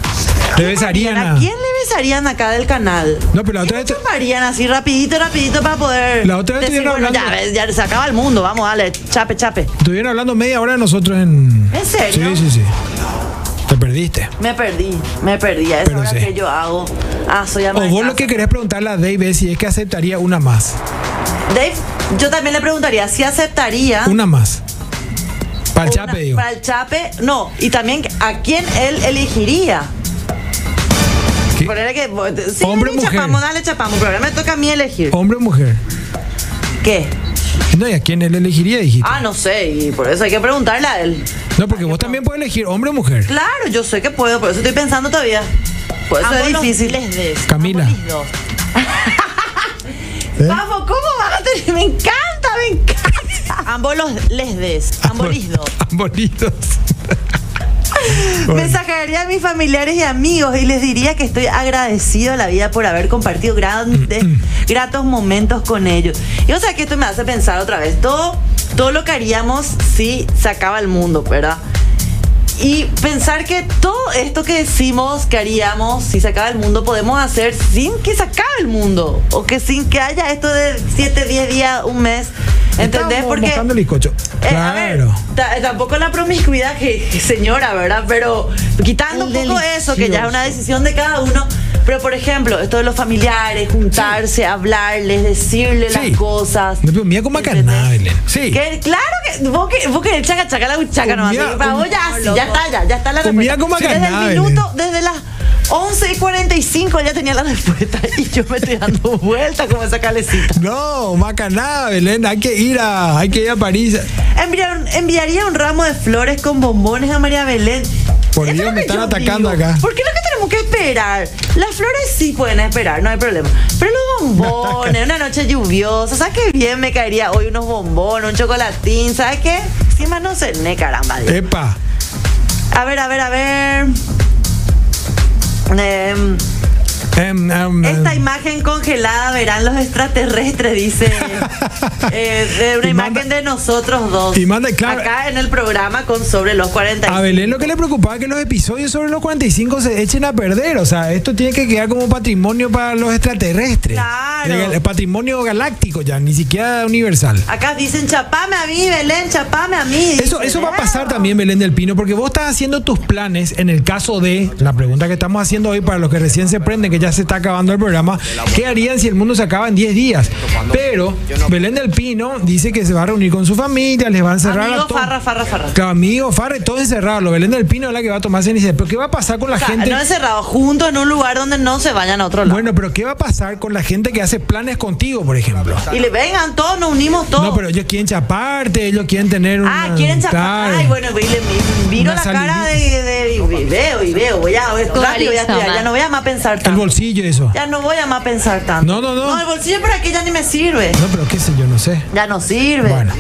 Te besarían ¿A a- quién le besarían acá del canal? No, pero la otra ¿Qué vez le te- chuparían así rapidito, rapidito para poder. La otra vez decir, estuvieron bueno, ya, hablando- ves, ya se acaba el mundo, vamos, dale, chape, chape. Estuvieron hablando media hora de nosotros en... ¿En serio? Sí, sí, sí. Te perdiste. Me perdí, me perdí. A esa Pero hora sí. que yo hago. Ah, soy ama O de vos casa. lo que querés preguntarle a Dave es si es que aceptaría una más. Dave, yo también le preguntaría si aceptaría. Una más. Para el Ah. Una- chape, digo. Para el chape, no. Y también a quién él elegiría. ¿Qué? Ponerle que. Sí, Hombre o dale, mujer. Oh. chapamos, dale, chapamos. Pero ahora me toca a mí elegir. ¿Hombre o mujer? ¿Qué? No, ¿y a quién él elegiría, dijiste? Ah, no sé. Y por eso hay que preguntarle a él. No, porque vos también puedes elegir hombre o mujer. Claro, yo sé que puedo. Por eso estoy pensando todavía. Por eso es difícil. Camila. Vamos, ¿cómo vas a tener? Me encanta, me encanta. Ambos los les des. Amboritos. Bueno. Mensajearía a mis familiares y amigos y les diría que estoy agradecido a la vida por haber compartido grandes, gratos momentos con ellos. Y o sea que esto me hace pensar otra vez, todo, todo lo que haríamos si se acaba el mundo, ¿verdad? Y pensar que todo esto que decimos que haríamos si se acaba el mundo podemos hacer sin que se acabe el mundo. O que sin que haya esto de 7, 10 días, un mes. ¿Entendés? Estamos Porque mojando el bizcocho. eh, a ver, claro. ta- tampoco la promiscuidad que, que señora, ¿verdad? Pero quitando un poco eso, que ya es una decisión de cada uno. Pero por ejemplo, esto de los familiares, juntarse, hablarles, decirle Sí. las cosas. No, pero mira cómo acarnada, ¿Entendés? Belén. Sí. Que- claro que que, vos que, vos que el chaca chaca la chaca nomás. Cumbia, sí, Para vos ya, así, ya está, ya, ya está la Cumbia respuesta. como desde Macaná, el minuto, desde las 11 y 45 ya tenía la respuesta y yo me estoy dando vueltas como esa calecita. No, Macaná, Belén, hay que ir a, hay que ir a París. Enviar- enviaría un ramo de flores con bombones a María Belén. Por Eso Dios, es lo me que están yo atacando digo. acá. ¿Por qué es lo que tenemos que esperar? Las flores sí pueden esperar, no hay problema. Pero los bombones, una noche lluviosa, ¿sabes qué bien me caería hoy unos bombones, un chocolatín? ¿Sabes qué? Encima no sé, ne caramba. Dios. Epa. A ver, a ver, a ver. Em, Em, em, em. esta imagen congelada verán los extraterrestres, dice. eh, de una Y manda- imagen de nosotros dos. y manda, claro. Acá en el programa con Sobre los 40. A Belén lo que le preocupaba es que los episodios sobre los 45 se echen a perder. O sea, esto tiene que quedar como patrimonio para los extraterrestres. Claro. El, patrimonio galáctico ya, ni siquiera universal. Acá dicen, chapame a mí, Belén, chapame a mí. Eso, Dicen, eso va a "Ah". pasar también, Belén del Pino, porque vos estás haciendo tus planes en el caso de la pregunta que estamos haciendo hoy para los que recién se prenden, que ya se está acabando el programa. ¿Qué harían si el mundo se acaba en 10 días? Pero Belén del Pino dice que se va a reunir con su familia, les va a encerrar a Amigo, todos. farra, farra, farra. Claro, Amigo, Farre, todo encerrado. Belén del Pino es la que va a tomarse iniciativa. Pero ¿qué va a pasar con la O sea, gente? no encerrados, juntos en un lugar donde no se vayan a otro lado. Bueno, pero ¿qué va a pasar con la gente que hace planes contigo, por ejemplo? y le vengan todos, nos unimos todos. No, pero ellos quieren chaparte, ellos quieren tener un. Oh. Ah, quieren chapar. Ay, bueno, y le y viro Una la cara de, salidita. de- y veo, y veo, voy a, voy a- rápido, ya, estoy, ya no voy a más pensar El tanto. bolsillo, eso. Ya no voy a más pensar tanto. No, no, no. No, el bolsillo para aquí ya ni me sirve. No, pero qué sé yo, no sé. Ya no sirve. Bueno.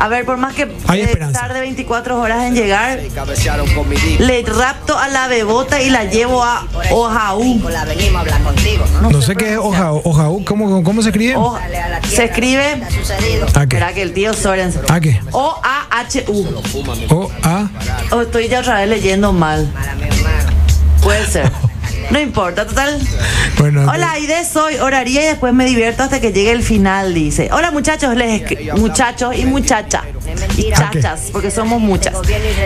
A ver, por más que Hay eh, esperanza. tarde 24 horas en llegar, Cabecearon con mi disco. le rapto a la bebota y la llevo a Ojaú. Hola, venimos a hablar contigo, ¿no? No sé qué es Oja, Ojaú. ¿Cómo, ¿Cómo se escribe? O- Dale a la tierra. se escribe. ¿Qué ha sucedido? ¿A qué? Espera que el tío Sorensen. ¿A Ah, qué? O-A-H-U. O, A. O estoy ya otra vez leyendo mal. Para mi hermano. Puede ser. No importa, total. Bueno. Hola, Aide, soy. Oraría y después me divierto hasta que llegue el final, dice. Hola, muchachos, les escri- muchachos y muchachas. Y chachas, porque somos muchas.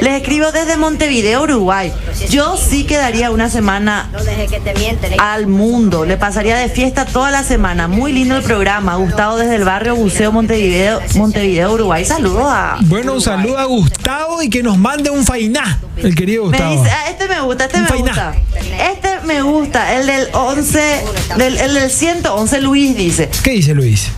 Les escribo desde Montevideo, Uruguay. Yo sí quedaría una semana No dejes que te mienten. ¿eh? al mundo. Le pasaría de fiesta toda la semana. Muy lindo el programa. Gustavo desde el barrio Buceo Montevideo, Montevideo Uruguay. Saludos a. Bueno, un saludo a Gustavo y que nos mande un fainá, el querido Me Gustavo. dice, ah, este me gusta, este Un me fainá. gusta. Este me gusta, el del 11, del, el del 111 Luis dice, ¿Qué dice Luis?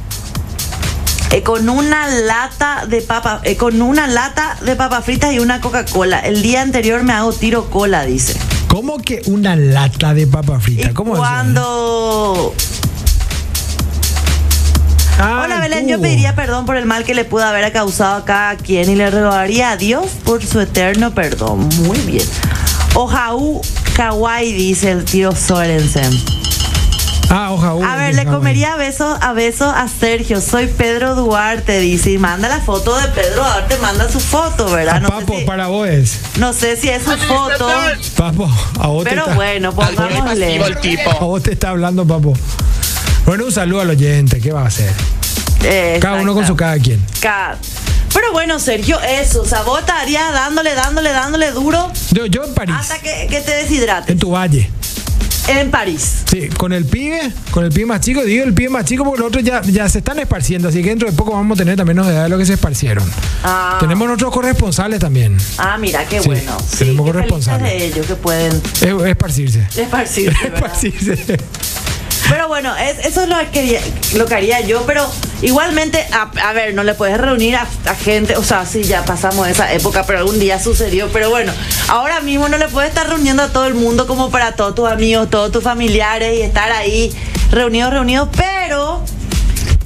eh, con una lata de papa, eh, con una lata de papas fritas y una Coca-Cola. El día anterior me hago tiro cola, dice. ¿Cómo que una lata de papa Y frita? ¿Cómo es eso? cuando Ah, Hola el Belén, yo cubo. pediría perdón por el mal que le pude haber causado a cada quien y le rogaría a Dios por su eterno perdón. Muy bien. Ojaú Kawaii, dice el tío Sorensen. Ah, Ojaú. A ver, le Ojaú. comería besos a besos a Sergio. Soy Pedro Duarte, dice. Y manda la foto de Pedro Duarte, manda su foto, A ¿verdad? No, Papo, sé, si, para vos es. no sé si es su foto, Papo, a vos te pero está, bueno, pongámosle. a vos te está hablando, Papo. Bueno, un saludo al oyente, ¿qué va a hacer? Eh, Cada uno con su exacto. cada quien. Ca- Pero bueno, Sergio, eso. Sabota haría dándole, dándole, dándole duro. Yo, yo en París, Hasta que, que te deshidrates. en tu valle. En París. Sí, con el pibe, con el pibe más chico, digo el pibe más chico porque los otros ya, ya se están esparciendo, así que dentro de poco vamos a tener también los de edad de los que se esparcieron. Ah. Tenemos nuestros corresponsales también, Ah, mira, qué Sí, bueno. tenemos qué corresponsales. felices de ellos que pueden es, esparcirse. esparcirse. ¿verdad? Esparcirse. Pero bueno, es- eso es lo que, haría- lo que haría yo, pero igualmente, a, a ver, no le puedes reunir a, a gente, o sea, sí, ya pasamos esa época, pero algún día sucedió, pero bueno, ahora mismo no le puedes estar reuniendo a todo el mundo como para todos tus amigos, todos tus familiares y estar ahí reunidos, reunidos, pero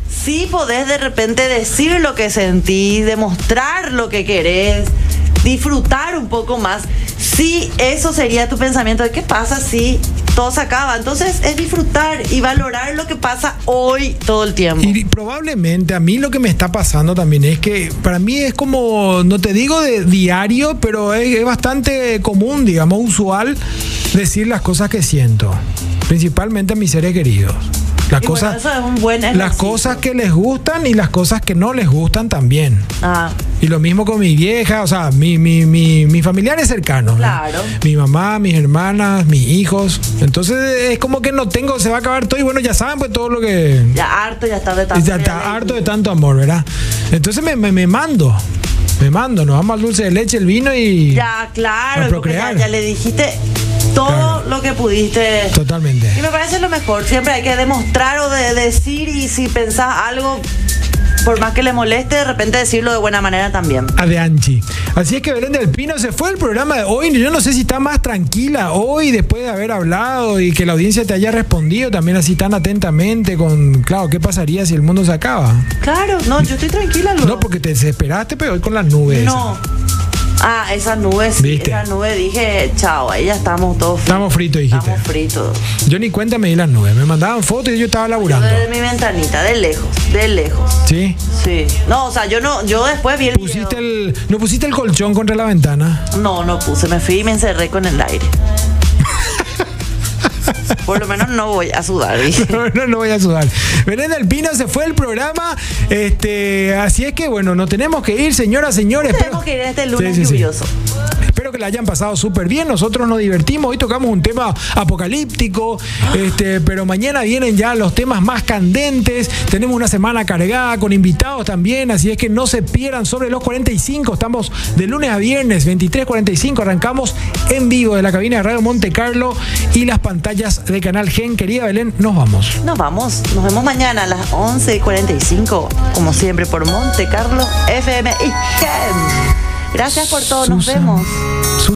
sí podés de repente decir lo que sentís, demostrar lo que querés, disfrutar un poco más. Sí, eso sería tu pensamiento de qué pasa si todo se acaba. Entonces es disfrutar y valorar lo que pasa hoy todo el tiempo. Y probablemente a mí lo que me está pasando también es que para mí es como, no te digo de diario, pero es, es bastante común, digamos, usual decir las cosas que siento, principalmente a mis seres queridos. Las Y bueno, cosas, eso es un buen las ejercicio. cosas que les gustan y las cosas que no les gustan también. Ah, Y lo mismo con mi vieja, o sea, mi, mi, mi, mis familiares cercanos. ¿no? Claro. Mi mamá, mis hermanas, mis hijos. Entonces es como que no tengo, se va a acabar todo y bueno, ya saben pues todo lo que... ya harto, ya está de Y tanto. Ya está harto de tanto amor, ¿verdad? Entonces me, me, me mando. Me mando, nos vamos al dulce de leche, el vino y. Ya, Para claro, porque ya, procrear. ya le dijiste todo Claro. lo que pudiste. Totalmente. Y me parece lo mejor. Siempre hay que demostrar o de- decir y si pensás algo, por más que le moleste, de repente decirlo de buena manera también. a de Anchi. Así es que Belén del Pino se fue el programa de hoy. Yo no sé si está más tranquila hoy después de haber hablado y que la audiencia te haya respondido también así tan atentamente con, claro, ¿qué pasaría si el mundo se acaba? Claro, no, yo estoy tranquila, luego. No, porque te desesperaste, pero hoy con las nubes. No. Ah, esa nube, sí, ¿Viste? esa nube dije, chao, ahí ya estamos todos fritos. Estamos fritos, dijiste. Estamos fritos. Yo ni cuenta me di las nubes. Me mandaban fotos y yo estaba laburando. Desde mi ventanita, de lejos, de lejos. ¿Sí? Sí. No, o sea, yo no, yo después vi el Pusiste video. el, no pusiste el colchón contra la ventana. No, no puse, me fui y me encerré con el aire. Por lo menos no voy a sudar, dije. No, no, no voy a sudar. Belén del Pino se fue el programa. Este, así es que bueno, no tenemos que ir, señoras, señores. Tenemos que ir este lunes Sí, sí, sí. lluvioso. Espero que la hayan pasado súper bien. Nosotros nos divertimos. Hoy tocamos un tema apocalíptico. Este, pero mañana vienen ya los temas más candentes. Tenemos una semana cargada con invitados también. Así es que no se pierdan sobre los 45. Estamos de lunes a viernes, 23.45. Arrancamos en vivo de la cabina de Radio Monte Carlo y las pantallas de Canal Gen. Querida Belén, nos vamos. Nos vamos, nos vemos mañana a las 11.45, como siempre por Monte Carlo FM y Gem. Gracias por todo, nos Susan. vemos.